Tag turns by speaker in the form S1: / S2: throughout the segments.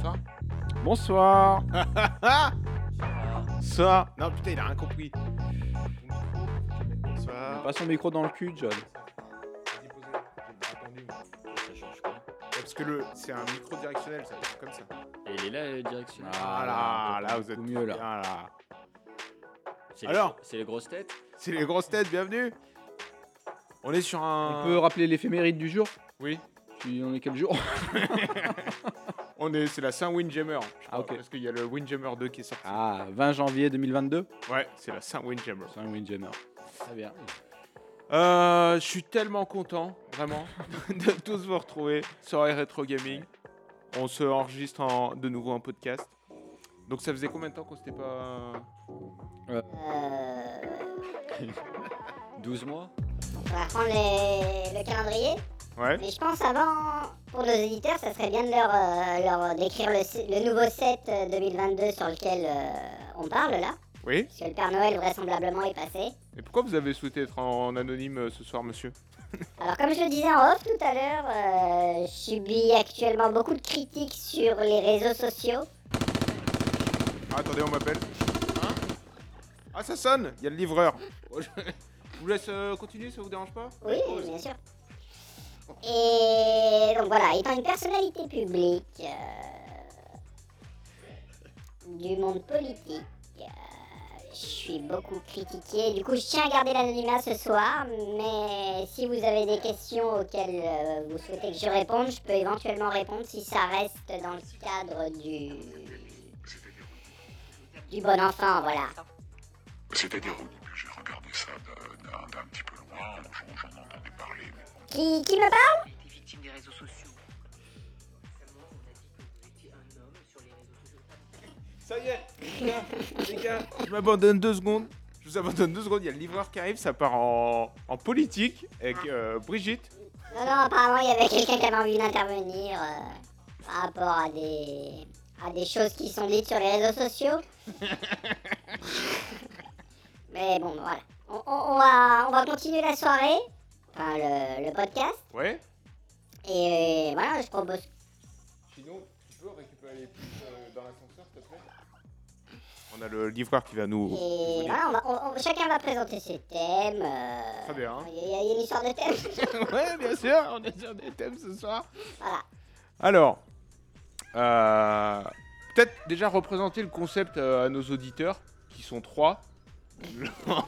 S1: Bonsoir. Ça. Non, putain, il a rien compris.
S2: Bonsoir.
S1: Pas son micro dans le cul, John.
S3: Ça change quoi
S2: Parce que le, c'est un micro directionnel, ça c'est comme ça.
S3: Et il est là, euh, direction.
S2: Ah là, là, vous êtes
S1: Au mieux, là.
S2: bien, là.
S3: C'est
S2: Alors
S3: les, C'est les grosses têtes
S2: C'est les grosses têtes, bienvenue. On est sur un.
S1: On peut rappeler l'éphéméride du jour
S2: Oui.
S1: Puis on est quel jour
S2: On est, c'est la Saint Windjammer. je
S1: Ah,
S2: crois,
S1: ok.
S2: Parce qu'il y a le Windjammer 2 qui est sorti.
S1: Ah, 20 janvier 2022.
S2: Ouais, c'est la Saint Windjammer.
S1: C'est un Windjammer. Très bien.
S2: Euh, je suis tellement content, vraiment, de tous vous retrouver sur Air Retro Gaming. On se enregistre en- de nouveau un podcast. Donc ça faisait combien de temps qu'on s'était pas. euh,
S3: 12 mois
S4: Euh, On va prendre les- le calendrier.
S2: Ouais.
S4: Mais je pense avant, pour nos éditeurs, ça serait bien de leur, euh, leur décrire le, si- le nouveau set euh, 2022 sur lequel euh, on parle là.
S2: Oui.
S4: Parce que le Père Noël vraisemblablement est passé.
S2: Et pourquoi vous avez souhaité être en, en anonyme euh, ce soir, monsieur
S4: Alors comme je le disais en off tout à l'heure, euh, je subis actuellement beaucoup de critiques sur les réseaux sociaux.
S2: Ah, Attendez, on m'appelle. Hein Ah, ça sonne Il y a le livreur. Oh, je- je vous laisse euh, continuer, ça vous dérange pas
S4: Oui, bien sûr. Et donc voilà, étant une personnalité publique euh, du monde politique, euh, je suis beaucoup critiqué. Du coup, je tiens à garder l'anonymat ce soir, mais si vous avez des questions auxquelles euh, vous souhaitez que je réponde, je peux éventuellement répondre si ça reste dans le cadre du du bon enfant, voilà.
S5: C'était déroulé, puis j'ai regardé ça d'un- d'un d'un petit peu loin, j'en j'en entendais parler, mais
S4: Qui, qui me parle
S6: J'ai été victime des réseaux sociaux. Récemment, on a dit que vous étiez un homme sur les réseaux sociaux.
S2: Ça y est Les gars, je m'abandonne deux secondes. Je vous abandonne deux secondes, il y a le livreur qui arrive, ça part en, en politique avec euh, Brigitte.
S4: Non, non, apparemment, il y avait quelqu'un qui avait envie d'intervenir euh, par rapport à des, à des choses qui sont dites sur les réseaux sociaux. Mais bon, voilà. On, on- on va, on va continuer la soirée, enfin le, le podcast.
S2: Ouais
S4: Et euh, voilà, je propose.
S2: Sinon, tu peux récupérer les puces dans l'ascenseur, s'il te plaît On a le livreur qui va nous.
S4: Et voilà, on va- on- on- chacun va présenter ses thèmes. euh,
S2: Très bien. hein.
S4: Il y, a- il y a une histoire de thème.
S2: ouais, bien sûr, on est sur des thèmes ce soir.
S4: voilà.
S2: Alors, euh, peut-être déjà représenter le concept euh, à nos auditeurs, qui sont trois,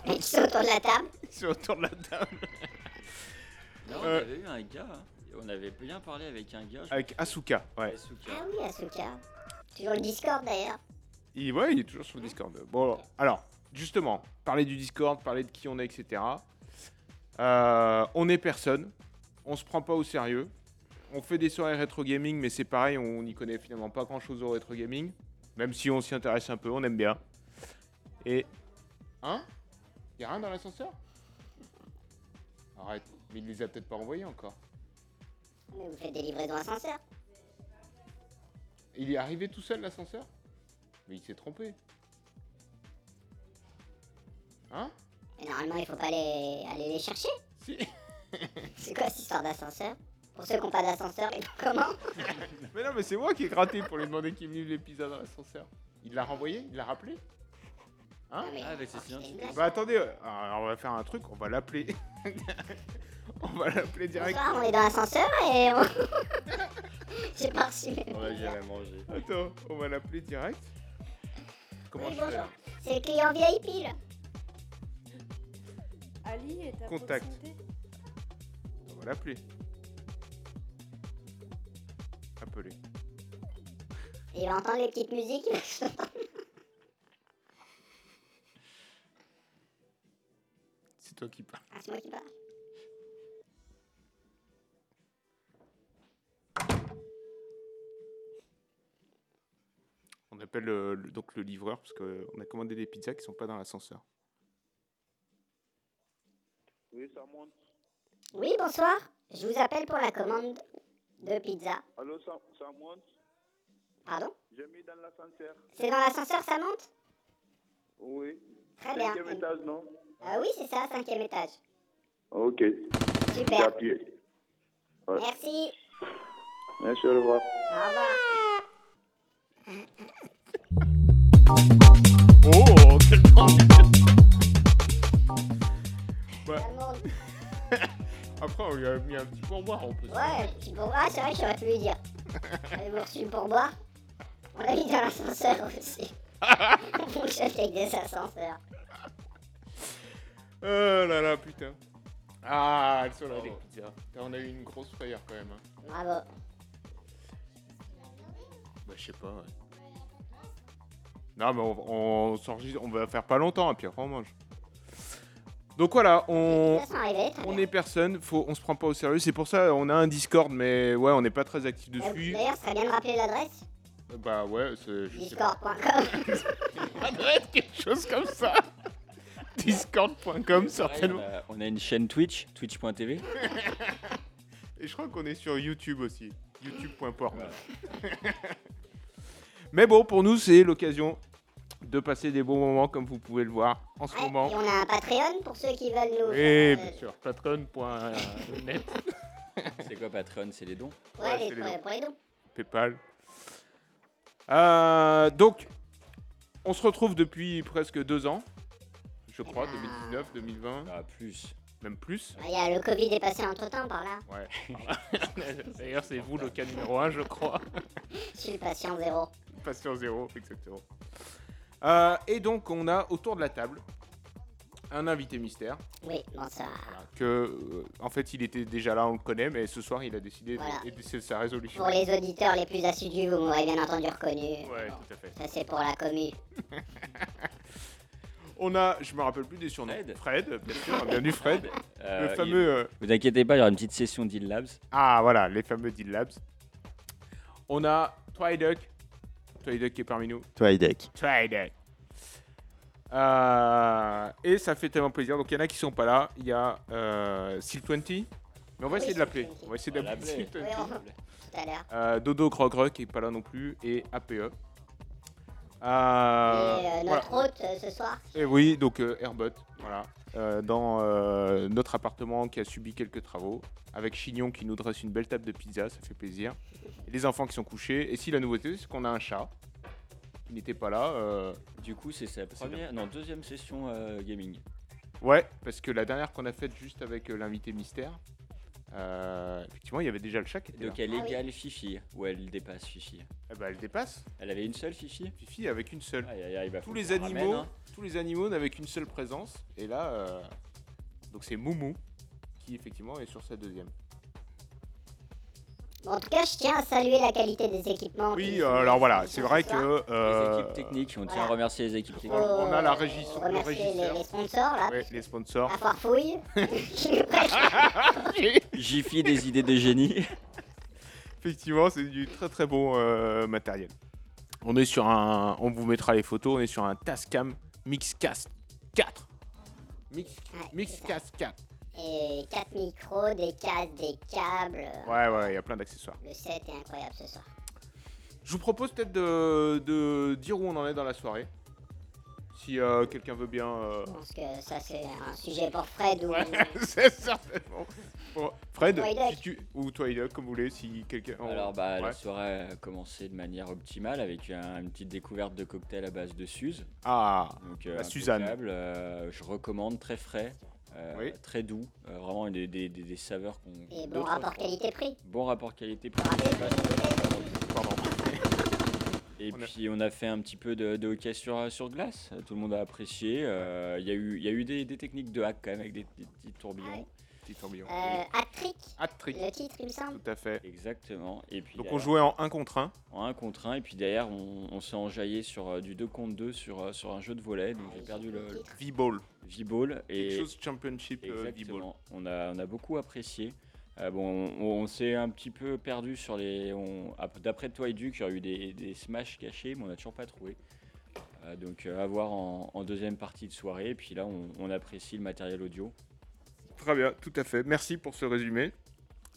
S4: Et qui sont autour de la table.
S2: qui sont autour de la table,
S3: Non,
S2: Euh.
S3: on avait eu un gars. hein. On avait bien parlé avec un gars. je
S2: avec Asuka. Ouais.
S3: Asuka.
S4: Ah oui, Asuka. Toujours le Discord d'ailleurs.
S2: Il, ouais, il est toujours sur le Discord. Bon, alors, justement, parler du Discord, parler de qui on est, etc. Euh, on est personne, on se prend pas au sérieux. On fait des soirées rétro gaming, mais c'est pareil, on n'y connaît finalement pas grand chose au rétro gaming. Même si on s'y intéresse un peu, on aime bien. Et. Hein Y'a rien dans l'ascenseur Arrête, mais il les a peut-être pas renvoyés encore.
S4: Mais vous faites des livraisons ascenseur.
S2: Il est arrivé tout seul l'ascenseur Mais il s'est trompé. Hein
S4: Mais normalement, il faut pas les... aller les chercher.
S2: Si
S4: C'est quoi cette histoire d'ascenseur Pour ceux qui n'ont pas d'ascenseur, ils font comment
S2: Mais non, mais c'est moi qui ai gratté pour lui demander qu'il me livre les pizzas dans l'ascenseur. Il l'a renvoyé Il l'a rappelé
S4: Non, mais
S3: Ah, avec ses
S4: alors, c'est
S3: identités.
S4: une blague.
S2: Bah attendez, euh, alors on va faire un truc, on va l'appeler. on va l'appeler direct.
S4: Bonsoir, on est dans l'ascenseur et on. J'ai pas reçu mes
S3: On va
S4: messages.
S3: jamais manger.
S2: Attends, on va l'appeler direct. Comment
S4: Oui,
S2: je fais là
S4: C'est le client VIP là.
S7: Ali est à
S2: Contact.
S7: proximité.
S2: On va l'appeler. Appeler.
S4: Il va entendre les petites musiques. Ah, il va se-
S2: C'est toi qui parles.
S4: Ah, c'est moi qui parle.
S2: On appelle euh, le- donc le livreur parce qu'on a commandé des pizzas qui sont pas dans l'ascenseur.
S8: Oui, ça monte.
S4: Oui, bonsoir. Je vous appelle pour la commande de pizza.
S8: Allô, ça, ça monte.
S4: Pardon
S8: J'ai mis dans l'ascenseur.
S4: C'est dans l'ascenseur, ça monte
S8: Oui.
S4: Très bien.
S8: Cinquième étage, non
S4: Ah oui, c'est ça, cinquième étage.
S8: Ok. J'ai
S4: Super.
S8: appuyé.
S4: Merci.
S8: Merci, au revoir.
S4: Au revoir. Euh,
S2: Oh, quel transition
S4: Tout le monde.
S2: Après, on lui a mis un petit pourboire en plus.
S4: Ouais, petit pourboire, c'est vrai que j'aurais pu lui dire. Avez-vous reçu le pourboire On l'a mis dans l'ascenseur aussi. On fonctionne avec des ascenseurs.
S2: Oh là là, putain. Ah, elles sont là, les pizzas. Putain, On a eu une grosse frayeur quand même. hein.
S4: Bravo.
S2: Bah, je sais pas. ouais. Non, mais on, on s'enregistre, on va faire pas longtemps, et puis après on mange. Donc voilà, on,
S4: Ça sont arrivés, très
S2: on
S4: bien.
S2: est personne, faut, on se prend pas au sérieux. C'est pour ça, on a un Discord, mais ouais, on n'est pas très actif
S4: Euh,
S2: dessus.
S4: D'ailleurs, ça serait bien de rappeler l'adresse
S2: Bah ouais, c'est. je sais pas.
S4: discord.com.
S2: Adresse, quelque chose comme ça. Discord.com, certainement.
S3: On a, on a une chaîne Twitch, twitch.tv.
S2: Et je crois qu'on est sur YouTube aussi. YouTube.porn. Mais bon, pour nous, c'est l'occasion de passer des bons moments, comme vous pouvez le voir en ce
S4: Ouais,
S2: moment.
S4: Et on a un Patreon pour ceux qui veulent nous.
S2: Et
S4: faire, euh,
S2: bien sûr, patron.net,
S3: C'est quoi Patreon C'est les dons
S4: Ouais,
S2: Ouais,
S4: les-
S2: c'est les
S4: pour,
S2: dons.
S4: pour les dons.
S2: Paypal. Euh, donc, on se retrouve depuis presque deux ans, je crois, 2019, 2020,
S3: Ah, plus.
S2: même plus.
S4: Ouais, Il Ah, y a le Covid est passé entre temps par là.
S2: Ouais. D'ailleurs, c'est vous le cas numéro un, je crois.
S4: Je suis le patient zéro.
S2: Passion zéro, exactement. Euh, et donc, on a autour de la table un invité mystère.
S4: Oui, bon, ça.
S2: voilà, que, euh, en fait, il était déjà là, on le connaît, mais ce soir, il a décidé. de-
S4: Voilà.
S2: et c'est sa résolution.
S4: Pour les auditeurs les plus assidus, vous m'aurez bien entendu reconnu.
S2: Ouais,
S4: Bon,
S2: tout à fait.
S4: Ça, c'est pour la commu.
S2: On a, je me rappelle plus des surnoms.
S3: Fred.
S2: bien sûr, bienvenue Fred.
S3: Euh,
S2: Le
S3: il-
S2: fameux. euh,
S3: Vous inquiétez pas, il y aura une petite session d'Il Labs.
S2: Ah, voilà, les fameux Deal Labs. On a Twiduck. Twiduck qui est parmi nous.
S7: Twideck.
S2: Twiduck. Euh, et ça fait tellement plaisir. Donc, il y en a qui sont pas là. Il y a euh, Sylpwenty. Mais on va
S4: Oui,
S2: essayer de l'appeler.
S4: Sylpwenty.
S2: On va essayer
S3: On
S2: de
S3: va
S2: l'appeler
S3: l'appeler.
S2: Sylpwenty.
S4: Oui, on- tout à l'heure.
S2: Euh, Dodo Crogre qui est pas là non plus. Et APE. Euh,
S4: et euh,
S2: voilà.
S4: notre hôte euh, ce soir,
S2: Et oui, donc euh, Airbot, voilà, euh, dans euh, notre appartement qui a subi quelques travaux, avec Chignon qui nous dresse une belle table de pizza, ça fait plaisir. Et les enfants qui sont couchés. Et si la nouveauté, c'est qu'on a un chat qui n'était pas là. euh,
S3: Du coup, c'est sa première, non, deuxième session euh, gaming.
S2: Ouais, parce que la dernière qu'on a faite juste avec euh, l'invité mystère, euh, effectivement, il y avait déjà le chat qui était là.
S3: Donc elle
S4: Ah oui.
S3: égale Fifi, ou elle dépasse Fifi.
S2: Eh ben, elle dépasse
S3: Elle avait une seule Fifi
S2: Fifi avec une seule.
S3: Aïe, aïe, aïe, bah,
S2: tous
S3: faut
S2: les
S3: qu'on ramène,
S2: animaux,
S3: hein.
S2: tous les animaux n'avaient qu'une seule présence. Et là, euh, donc c'est Moumou qui effectivement est sur sa deuxième.
S4: Bon, en tout cas, je tiens à saluer la qualité des équipements. qui
S2: Oui,
S4: nous
S2: euh,
S4: sont-
S2: alors voilà,
S4: qui
S2: c'est
S4: sont
S2: vrai
S4: ce soir.
S2: que. euh,
S3: Les équipes techniques, on tient à
S4: voilà.
S3: remercier les équipes
S4: Faut
S2: on-
S3: techniques.
S2: on a la régis- le
S4: remercier les,
S2: régisseur.
S4: les sponsors là,
S2: ouais, les sponsors.
S4: la foire fouille, qui nous prête
S3: Jiffy des idées de génie.
S2: Effectivement, c'est du très très bon euh, matériel. On est sur un. On vous mettra les photos, on est sur un Tascam Mixcast 4. Mix,
S4: Ouais,
S2: Mixcast 4.
S4: Et 4 micros, des cases, des câbles.
S2: Ouais, ouais, il y a plein d'accessoires.
S4: Le set est incroyable ce soir.
S2: Je vous propose peut-être de, de dire où on en est dans la soirée. Si euh, quelqu'un veut bien. euh,
S4: Je pense que ça, c'est un sujet pour Fred ou.
S2: Ouais, c'est certainement. Bon, Fred,
S4: Toi, Hidek.
S2: si tu... ou toi, Hidek, comme vous voulez, si quelqu'un. on-
S3: Alors bah,
S2: ouais.
S3: la soirée a commencé de manière optimale avec un- une petite découverte de cocktail à base de Suze.
S2: Ah,
S3: Donc, euh,
S2: La Suzanne.
S3: impeccable, euh, je recommande très frais, euh,
S2: Oui.
S3: très doux, euh, vraiment des, des- des- des saveurs qu'on.
S4: Et bon
S3: d'autres-
S4: rapport qualité-prix.
S3: Bon rapport qualité.
S2: pardon.
S3: Et
S2: On a-
S3: puis on a fait un petit peu de, de hockey sur, sur glace, tout le monde a apprécié. euh, Il y a eu, il y a eu des, des techniques de hack quand même avec des, des petits tourbillons.
S2: Petit tourbillon.
S4: Euh, Hat-Trick,
S2: Hat trick.
S4: le titre, il me semble.
S2: Tout à fait.
S3: Exactement. Et puis
S2: Donc on
S3: derrière,
S2: jouait en 1 contre 1.
S3: en 1 contre 1, et puis derrière on, on s'est enjaillé sur euh, du 2 contre 2 sur, euh, sur un jeu de volet. Donc j'ai perdu le, le
S2: V-Ball.
S3: V-ball.
S2: Quelque
S3: Et,
S2: chose championship euh, V-Ball.
S3: Exactement. On a, on a beaucoup apprécié. Euh, bon, on, on s'est un petit peu perdu sur les. on- ap- D'après toi et Duc, il y aurait eu des, des smash cachés, mais on n'a toujours pas trouvé. Euh, donc, euh, à voir en, en deuxième partie de soirée. Et puis là, on, on apprécie le matériel audio.
S2: Très bien, tout à fait. Merci pour ce résumé.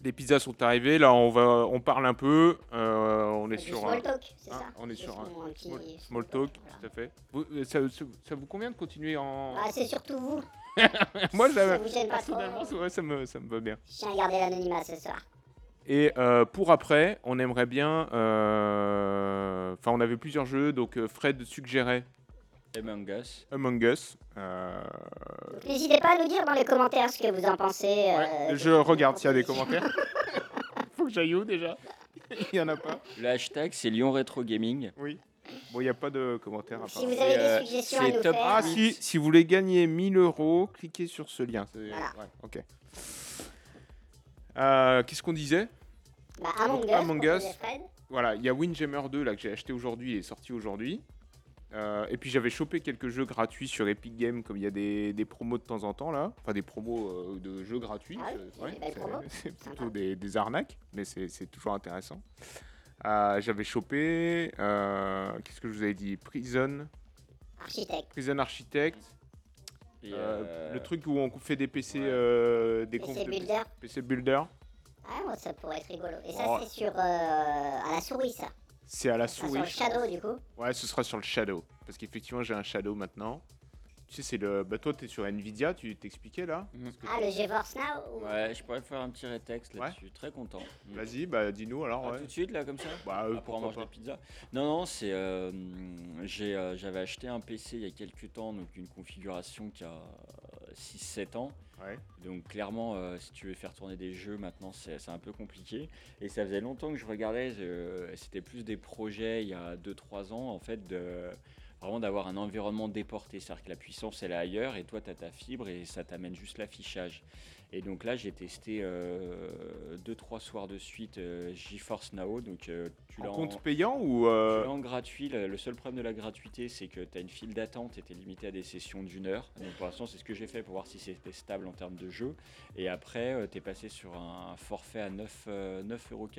S2: Les pizzas sont arrivées. Là, on, va, on parle un peu. euh, on est
S4: Du
S2: sur
S4: small
S2: un
S4: talk, c'est
S2: hein,
S4: ça
S2: on est
S4: C'est
S2: sur
S4: ce
S2: un
S4: qu'on- qui-
S2: small, small talk.
S4: hein.
S2: Tout à fait. Vous- euh, ça, ça- ça vous convient de continuer en.
S4: Ah, c'est surtout vous.
S2: Moi,
S4: Ah, Ça
S2: j'avais.
S4: vous gêne pas trop. hein.
S2: Personnellement, ça- ouais, ça, me, ça me va bien.
S4: Je tiens à garder l'anonymat ce soir.
S2: Et euh, pour après, on aimerait bien. euh, Enfin, on avait plusieurs jeux, donc euh, Fred suggérait
S3: Among Us.
S2: Among Us. euh,
S4: Donc, N'hésitez pas à nous dire dans les commentaires ce que vous en pensez. euh,
S2: je regarde s'il y a des commentaires. Faut que j'aille où déjà Il n'y en a pas.
S3: Le hashtag, c'est Lyon Retro Gaming.
S2: Oui. Bon, il n'y a pas de commentaires. à
S4: Si
S2: part.
S4: vous
S3: Et, euh,
S4: avez des suggestions à
S3: c'est
S4: nous
S3: top.
S4: faire.
S2: Ah si, si vous voulez gagner 1000 euros, cliquez sur ce lien. C'est-
S4: Voilà.
S2: ouais, ok. Euh, Qu'est-ce qu'on disait
S4: Bah, Among Us.
S2: Among
S4: pour
S2: Us.
S4: vous et Fred.
S2: Voilà, il y a Windjammer 2 là que j'ai acheté aujourd'hui, il est sorti aujourd'hui. Euh, et puis j'avais chopé quelques jeux gratuits sur Epic Games, comme il y a des, des promos de temps en temps là. Enfin des promos euh, de jeux gratuits.
S4: Ah oui,
S2: euh,
S4: il y a des belles
S2: c'est-
S4: promos.
S2: c'est plutôt
S4: Sympa.
S2: des, des arnaques, mais c'est c'est toujours intéressant. Euh, j'avais chopé, euh, qu'est-ce que je vous avais dit Prison,
S4: Architecte.
S2: Prison Architect.
S3: Et,
S2: Euh,
S3: euh,
S2: le truc où on fait des PC,
S3: ouais.
S2: euh, des
S4: PC
S2: confs de
S4: Builder.
S2: PC, Builder,
S4: Ah, ouais, ça pourrait être rigolo. Et ça,
S2: Oh.
S4: c'est sur. euh, à la souris, ça.
S2: c'est à la
S4: Enfin,
S2: souris. je
S4: sur le Shadow,
S2: pense.
S4: du coup.
S2: Ouais, ce sera sur le Shadow, parce qu'effectivement j'ai un Shadow maintenant. Tu sais, c'est le. Bah toi t'es sur Nvidia, tu t'expliquais là.
S1: Mhm.
S2: Parce que-
S4: Ah, le GeForce Now ou-
S3: Ouais, je pourrais faire un petit rétexte
S2: Ouais.
S3: là-dessus. Très content. Mm.
S2: Vas-y, bah dis-nous alors.
S3: Ah,
S2: ouais.
S3: tout de suite là, comme ça
S2: Bah euh,
S3: Après, on
S2: pourquoi
S3: mange
S2: pas.
S3: des pizzas. Non, non, c'est. euh, j'ai, euh, j'avais acheté un PC il y a quelques temps, donc une configuration qui a euh, 6-7 ans.
S2: Ouais.
S3: Donc, clairement, euh, si tu veux faire tourner des jeux maintenant, c'est, c'est un peu compliqué. Et ça faisait longtemps que je regardais, euh, c'était plus des projets il y a 2-3 ans, en fait, de, vraiment d'avoir un environnement déporté. C'est-à-dire que la puissance, elle est ailleurs, et toi, tu as ta fibre, et ça t'amène juste l'affichage. Et donc là, j'ai testé 2-3 soirs de suite euh, GeForce Now. Donc, euh, tu l'as
S2: En
S3: en-
S2: compte payant ou
S3: tu
S2: euh,
S3: l'as en gratuit, le le seul problème de la gratuité, c'est que tu as une file d'attente et tu es limité à des sessions d'une heure. Donc pour l'instant, c'est ce que j'ai fait pour voir si c'était stable en termes de jeu. Et après, tu es passé sur un forfait à euh, 9,90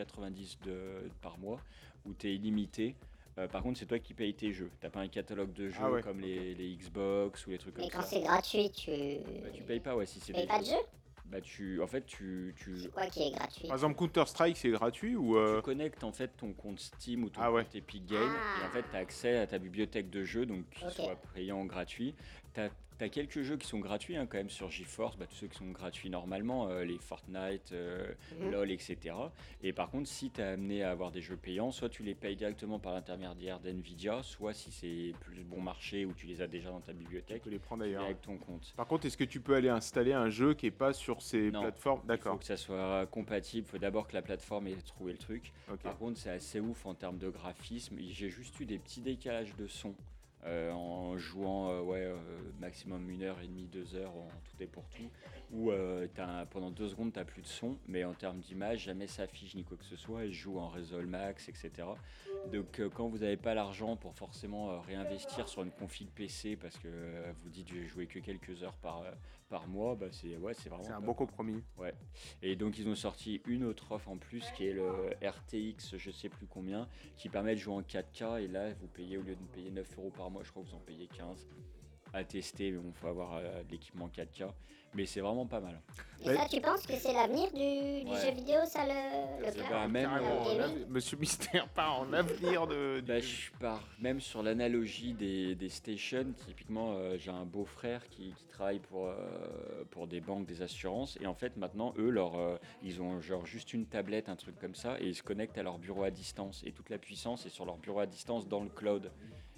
S3: de- par mois où tu es illimité. Euh, par contre, c'est toi qui payes tes jeux. T'as pas un catalogue de jeux
S2: Ah ouais,
S3: comme les, les Xbox ou les trucs
S4: Mais
S3: comme
S4: quand
S3: ça.
S4: c'est gratuit, tu.
S3: Bah, tu payes pas, ouais, si c'est
S4: Tu
S3: des
S4: payes pas de
S3: jeux.
S4: jeu
S3: Bah, tu, en fait, tu, tu,
S4: C'est quoi qui est gratuit
S2: Par exemple Counter Strike c'est gratuit ou euh,
S3: tu connectes en fait ton compte Steam ou ton
S2: Ah ouais.
S3: compte Epic Game et en fait tu as accès à ta bibliothèque de jeux donc qui
S4: Ah. Ok.
S3: soit payant ou gratuit. Tu as, quelques jeux qui sont gratuits hein, quand même sur GeForce, bah, tous ceux qui sont gratuits normalement, euh, les Fortnite, euh,
S4: Mhm.
S3: LOL, etc. Et par contre, si tu as amené à avoir des jeux payants, soit tu les payes directement par l'intermédiaire d'NVIDIA, soit si c'est plus bon marché ou tu les as déjà dans ta
S2: Tu
S3: bibliothèque,
S2: peux les hein. prendre
S3: tu les
S2: d'ailleurs.
S3: avec ton compte.
S2: Par contre, est-ce que tu peux aller installer un jeu qui est pas sur ces
S3: Non.
S2: plateformes
S3: Il faut
S2: D'accord.
S3: que ça soit compatible, il faut d'abord que la plateforme ait trouvé le truc.
S2: Ok.
S3: Par contre, c'est assez ouf en termes de graphisme. J'ai juste eu des petits décalages de son euh, en jouant euh, ouais, euh, maximum une heure et demie, deux heures en tout et pour tout. Où euh, t'as- pendant deux secondes, tu plus de son, mais en termes d'image, jamais ça affiche ni quoi que ce soit. Et je joue en Resolve Max, etc. Donc, euh, quand vous n'avez pas l'argent pour forcément euh, réinvestir sur une config PC parce que euh, vous dites je vais jouer que quelques heures par, euh, par mois, bah, c'est ouais, c'est vraiment.
S2: C'est un
S3: pas-
S2: bon compromis.
S3: et donc ils ont sorti une autre offre en plus qui est le RTX je sais plus combien qui permet de jouer en 4K et là vous payez au lieu de payer 9 euros par mois je crois que vous en payez 15 à tester mais bon faut avoir euh, de l'équipement 4K mais c'est vraiment pas mal.
S4: Et ça, tu penses que c'est l'avenir du, du
S3: Ouais.
S4: jeu vidéo, ça, le, le
S3: C'est
S4: cloud
S3: pas- même,
S2: Carrément,
S4: euh,
S2: en av- Monsieur Mystère part en avenir de. du-
S3: Bah, je pars même sur l'analogie des, des stations. Typiquement, euh, j'ai un beau-frère qui, qui travaille pour, euh, pour des banques, des assurances. Et en fait, maintenant, eux, leur, euh, ils ont genre juste une tablette, un truc comme ça, et ils se connectent à leur bureau à distance. Et toute la puissance est sur leur bureau à distance dans le cloud.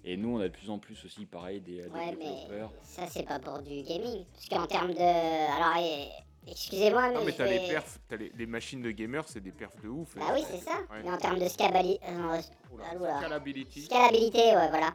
S3: Et nous, on a de plus en plus aussi, pareil, des, des
S4: Ouais, mais-
S3: développeurs.
S4: Ça, c'est pas pour du gaming. Parce qu'en termes de. Alors, eh, excusez-moi, mais.
S2: Non, mais
S4: je
S2: t'as les
S4: vais-
S2: perfs, t'as les, les machines de gamers, c'est des perfs de ouf. hein.
S4: Bah oui, c'est ça.
S2: Ouais.
S4: Mais en termes de scabali- euh,
S3: Oh
S2: Oula.
S4: Ah, oula.
S2: Scalability.
S4: scalabilité, ouais, voilà.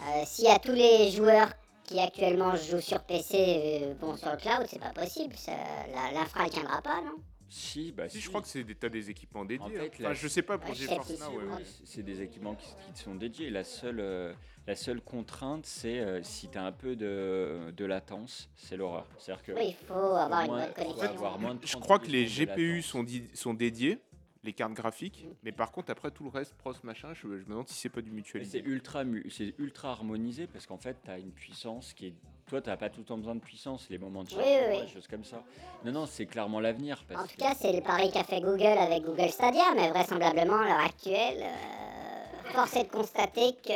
S4: Euh, S'il y a tous les joueurs qui actuellement jouent sur PC euh, vont sur le cloud, c'est pas possible. Ça, la- L'infra ne tiendra pas, non
S3: Si, bah,
S2: Si, je crois que c'est des, t'as des équipements dédiés.
S3: En fait,
S2: hein.
S3: la-
S2: Enfin, je sais pas pour hein.
S4: Ouais, je
S2: GeForce
S4: sais pas
S2: Now.
S4: si
S2: ouais,
S4: vous-
S2: ouais.
S3: C'est des équipements qui, qui te sont dédiés. La seule, euh, la seule contrainte, c'est euh, si tu as un peu de, de latence, c'est l'horreur. C'est-à-dire que.
S4: Oui, il faut avoir une
S3: moins-
S4: bonne
S3: faut
S4: connexion.
S3: avoir moins de
S2: Je
S3: 30
S2: crois que les
S3: millisecondes de
S2: GPU
S3: latence.
S2: sont, di- sont dédiés, les cartes graphiques,
S4: Mm.
S2: mais par contre, après tout le reste, pros, machin, je, je me demande si c'est pas du
S3: Mais C'est
S2: mutualisé.
S3: ultra, mu- c'est ultra harmonisé parce qu'en fait, tu as une puissance qui est. Toi, tu pas tout le temps besoin de puissance, les moments de
S4: Oui,
S3: charge,
S4: oui, oui.
S3: des choses comme ça. Non, non, c'est clairement l'avenir.
S4: En
S3: Parce
S4: tout
S3: que
S4: cas, c'est le pari qu'a fait Google avec Google Stadia, mais vraisemblablement, à euh, l'heure actuelle, euh, force est de constater qu'ils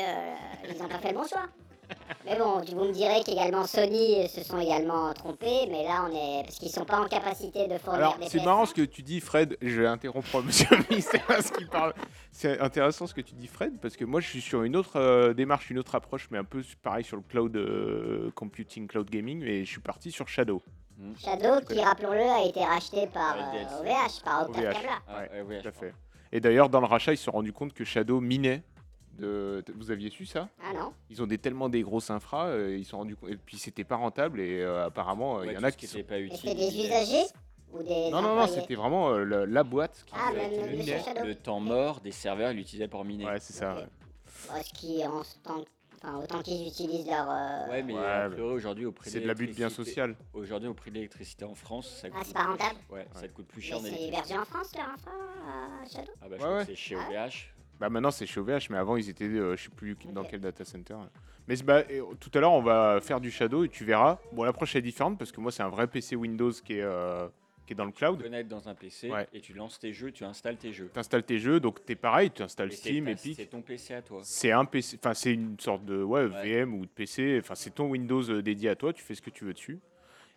S4: n'ont pas fait le bon choix. Mais bon, vous me direz qu'également Sony se sont également trompés, mais là on est parce qu'ils sont pas en capacité de fournir
S2: Alors,
S4: des
S2: c'est
S4: PS5.
S2: marrant ce que tu dis, Fred. Je vais interrompre Monsieur le ministère parce qu'il parle. C'est intéressant ce que tu dis, Fred, parce que moi, je suis sur une autre euh, démarche, une autre approche, mais un peu pareil sur le cloud euh, computing, cloud gaming, et je suis parti sur Shadow.
S3: Hmm.
S4: Shadow, qui rappelons-le, a été racheté par
S3: Par
S4: euh,
S3: LDLC.
S4: OVH, par Octave
S2: OVH.
S4: Cabla.
S3: Ah,
S2: Ouais,
S3: euh, ouais,
S2: Tout
S3: je
S2: à
S3: crois.
S2: fait. Et d'ailleurs, dans le rachat, ils se sont rendus compte que Shadow minait. De... Vous aviez su ça
S4: Ah non
S2: Ils ont des, tellement des grosses infras, euh, ils se sont rendus compte. Et puis, c'était pas rentable, et euh, apparemment, euh, il
S3: Ouais,
S2: y en
S3: tout
S2: a
S3: ce
S2: qui.
S3: qui
S2: sont-
S3: n'était pas
S4: Et
S3: utile.
S4: c'est des
S3: utilisé.
S4: usagers ou des
S2: Non, non, non,
S4: employés
S2: c'était vraiment euh, le- la boîte qui.
S4: Ah,
S2: qui
S4: même le-
S2: minait.
S4: Monsieur Shadow.
S3: Le temps mort des serveurs, ils l'utilisaient pour miner.
S2: Ouais, c'est ça.
S4: Ok.
S2: ouais.
S4: Bon, ce qui en ce temps- enfin, autant qu'ils utilisent leur euh,
S3: Ouais, mais
S2: Ouais,
S3: a
S2: mais-
S3: priori, aujourd'hui, au prix
S2: C'est de l'abus de bien
S3: l'électricité-
S2: social.
S3: Aujourd'hui, au prix de l'électricité en France, ça coûte.
S4: Ah, c'est pas rentable
S3: Ouais, ça te coûte plus
S4: mais
S3: cher.
S4: c'est
S3: d'électricité.
S4: hébergé en France leur infra euh, Shadow.
S3: Ah, bah, je
S2: Ouais,
S3: crois
S2: ouais.
S3: que c'est chez OVH.
S4: Ah.
S2: Bah maintenant c'est chez OVH, mais avant ils étaient, euh, je sais plus dans
S4: Ok.
S2: quel data center. Mais c'est- bah, et, euh, tout à l'heure on va faire du Shadow et tu verras. Bon l'approche est différente parce que moi c'est un vrai PC Windows qui est, euh, qui est dans le
S3: Tu
S2: cloud.
S3: connectes dans un PC
S2: Ouais.
S3: et tu lances tes jeux, tu installes tes jeux.
S2: Tu installes tes jeux, donc t'es pareil, tu installes
S3: Et c'est
S2: Steam,
S3: ta-
S2: Epic.
S3: C'est ton PC à toi.
S2: C'est un PC, enfin c'est une sorte de ouais,
S3: Ouais.
S2: VM ou de PC. Enfin c'est ton Windows euh, dédié à toi, tu fais ce que tu veux dessus.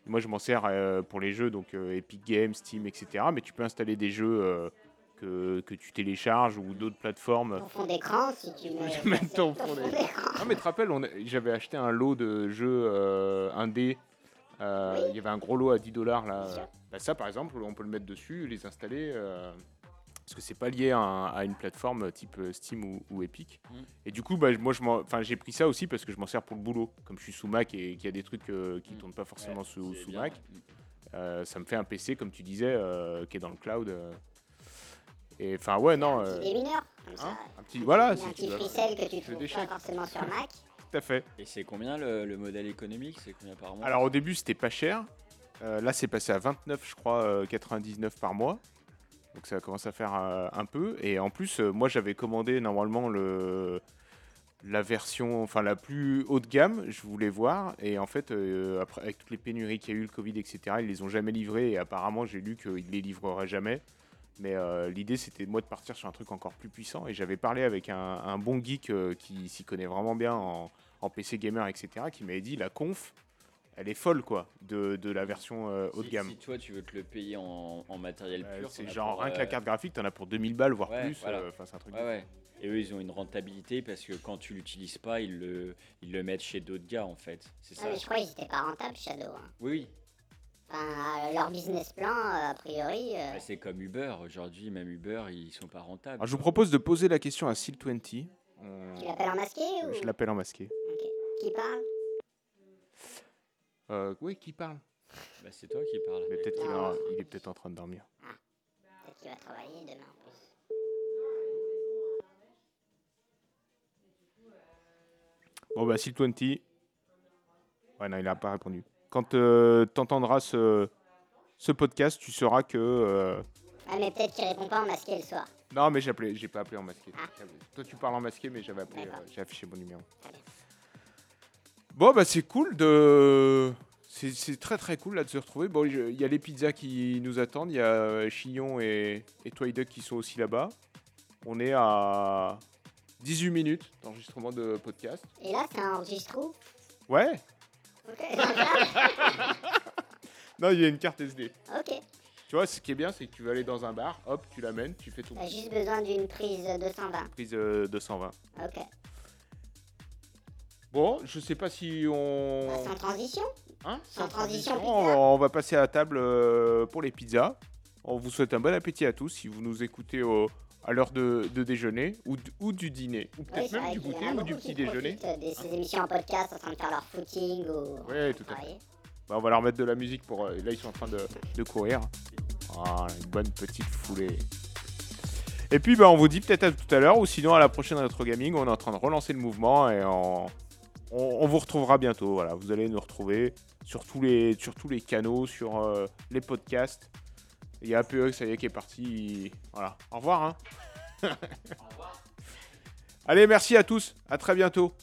S2: Moi je m'en sers euh, pour les jeux donc euh, Epic Games, Steam, etc. Mais tu peux installer des jeux euh, que, que tu télécharges ou d'autres plateformes.
S4: Ton fond d'écran, si tu me.
S2: Je mets ton fond d'écran.
S4: d'écran.
S2: Ah mais tu te rappelles, on a- j'avais acheté un lot de jeux euh, indé. Euh, Il y avait un gros lot à 10 dollars là.
S4: Bien sûr.
S2: Bah, ça par exemple, on peut le mettre dessus, les installer. euh, parce que c'est pas lié à, un- à une plateforme type euh, Steam ou, ou Epic.
S3: Mm.
S2: Et du coup, bah, je- moi, je m'en- enfin, j'ai pris ça aussi parce que je m'en sers pour le boulot. Comme je suis sous Mac et qu'il y a des trucs euh, qui
S3: Mm.
S2: tournent pas forcément
S3: Ouais,
S2: sous,
S3: c'est
S2: sous
S3: bien.
S2: Mac, euh, ça me fait un PC, comme tu disais, euh, qui est dans le cloud. euh. Et enfin, ouais, non. euh,
S4: Des mineurs, comme ça.
S2: hein, un petit, voilà,
S4: Il y a
S2: si
S4: un
S2: tu
S4: petit
S2: veux.
S4: fricelle que tu
S2: Je
S4: trouves pas
S2: déchire.
S4: forcément sur Mac.
S2: Tout à fait.
S3: Et c'est combien le, le modèle économique C'est combien par mois
S2: Alors au début c'était pas cher. Euh, là c'est passé à 29 je crois euh, 99 par mois. Donc ça commence à faire euh, un peu. Et en plus euh, moi j'avais commandé normalement le la version enfin la plus haut de gamme. Je voulais voir et en fait euh, après avec toutes les pénuries qu'il y a eu le Covid etc ils les ont jamais livrés et apparemment j'ai lu qu'ils les livreraient jamais. Mais euh, l'idée c'était moi de partir sur un truc encore plus puissant et j'avais parlé avec un, un bon geek euh, qui s'y connaît vraiment bien en, en PC gamer etc qui m'avait dit la conf elle est folle quoi de, de la version euh, haut de
S3: Si-
S2: gamme.
S3: Si toi, tu veux te le payer en, en matériel
S2: Euh,
S3: pur,
S2: c'est
S3: t'en as
S2: genre
S3: pour,
S2: rien que la
S3: euh,
S2: carte graphique, t'en as pour 2000 balles voire
S3: ouais,
S2: plus.
S3: voilà.
S2: euh, Enfin c'est un truc.
S3: Ouais,
S2: de-
S3: ouais. Et eux, ils ont une rentabilité parce que quand tu l'utilises pas, ils le, ils le mettent chez d'autres gars en fait. C'est
S4: Ah,
S3: ça.
S4: mais je crois qu'ils étaient pas rentables, Shadow. hein.
S3: Oui, oui.
S4: Enfin, euh, leur business plan, euh, a priori. euh,
S3: Bah, c'est comme Uber. Aujourd'hui, même Uber, ils sont pas rentables.
S2: Alors, je vous propose de poser la question à Seal20.
S4: Tu l'appelles en masqué ou
S2: Je l'appelle en masqué.
S4: qui parle
S2: Euh, oui qui parle
S3: Bah, c'est toi qui parles.
S2: Mais peut-être qu'il
S4: Ah.
S2: a- il est peut-être en train de dormir.
S4: Peut-être qu'il va travailler demain en plus.
S2: Bon bah Seal20. Ouais non il a pas répondu. Quand euh, t'entendras ce ce podcast, tu sauras que euh,
S4: Ah, mais peut-être qu'il répond pas en masqué le soir.
S2: Non, mais j'ai appelé- j'ai pas appelé en masqué.
S4: Ah.
S2: J'avais- Toi, tu parles en masqué, mais j'avais appelé,
S4: D'accord.
S2: euh, j'ai affiché mon numéro.
S4: Très bien.
S2: Bon, bah c'est cool de. C'est- C'est très très cool là de se retrouver. Bon, je- il y a les pizzas qui nous attendent. Il y a euh, Chillon et, et Toy Duck qui sont aussi là-bas. On est à 18 minutes d'enregistrement de podcast.
S4: Et là, c'est un enregistre où
S2: Ouais
S4: Ok, d'accord.
S2: Non, il y a une carte SD.
S4: Ok.
S2: Tu vois, ce qui est bien, c'est que tu vas aller dans un bar, hop, tu l'amènes, tu fais ton
S4: T'as Bah, juste besoin d'une prise 220.
S2: prise euh, 220.
S4: Ok.
S2: Bon, je sais pas si on.
S4: Bah, sans transition
S2: Hein
S4: Sans transition,
S2: on va, on va passer à la table euh, pour les pizzas. On vous souhaite un bon appétit à tous si vous nous écoutez au- à l'heure de, de déjeuner ou, d- ou du dîner, ou
S4: Oui,
S2: peut-être
S4: c'est
S2: même
S4: vrai
S2: du
S4: qu'il y en
S2: goûter
S4: a
S2: ou
S4: beaucoup
S2: du
S4: qui
S2: petit déjeuner.
S4: profitent de ces émissions en podcast en train de faire leur footing ou.
S2: Ouais, tout à fait.
S4: travailler.
S2: Bah, on va leur mettre de la musique pour. euh, là, ils sont en train de, de courir. Ah, une bonne petite foulée. Et puis, bah, on vous dit peut-être à tout à l'heure ou sinon à la prochaine Retro Gaming. On est en train de relancer le mouvement et on, on- on vous retrouvera bientôt. Voilà, vous allez nous retrouver sur tous les, sur tous les canaux, sur euh, les podcasts. Il y a APE, ça y est, qui est parti. Voilà. Au revoir. hein. allez, merci à tous. À très bientôt.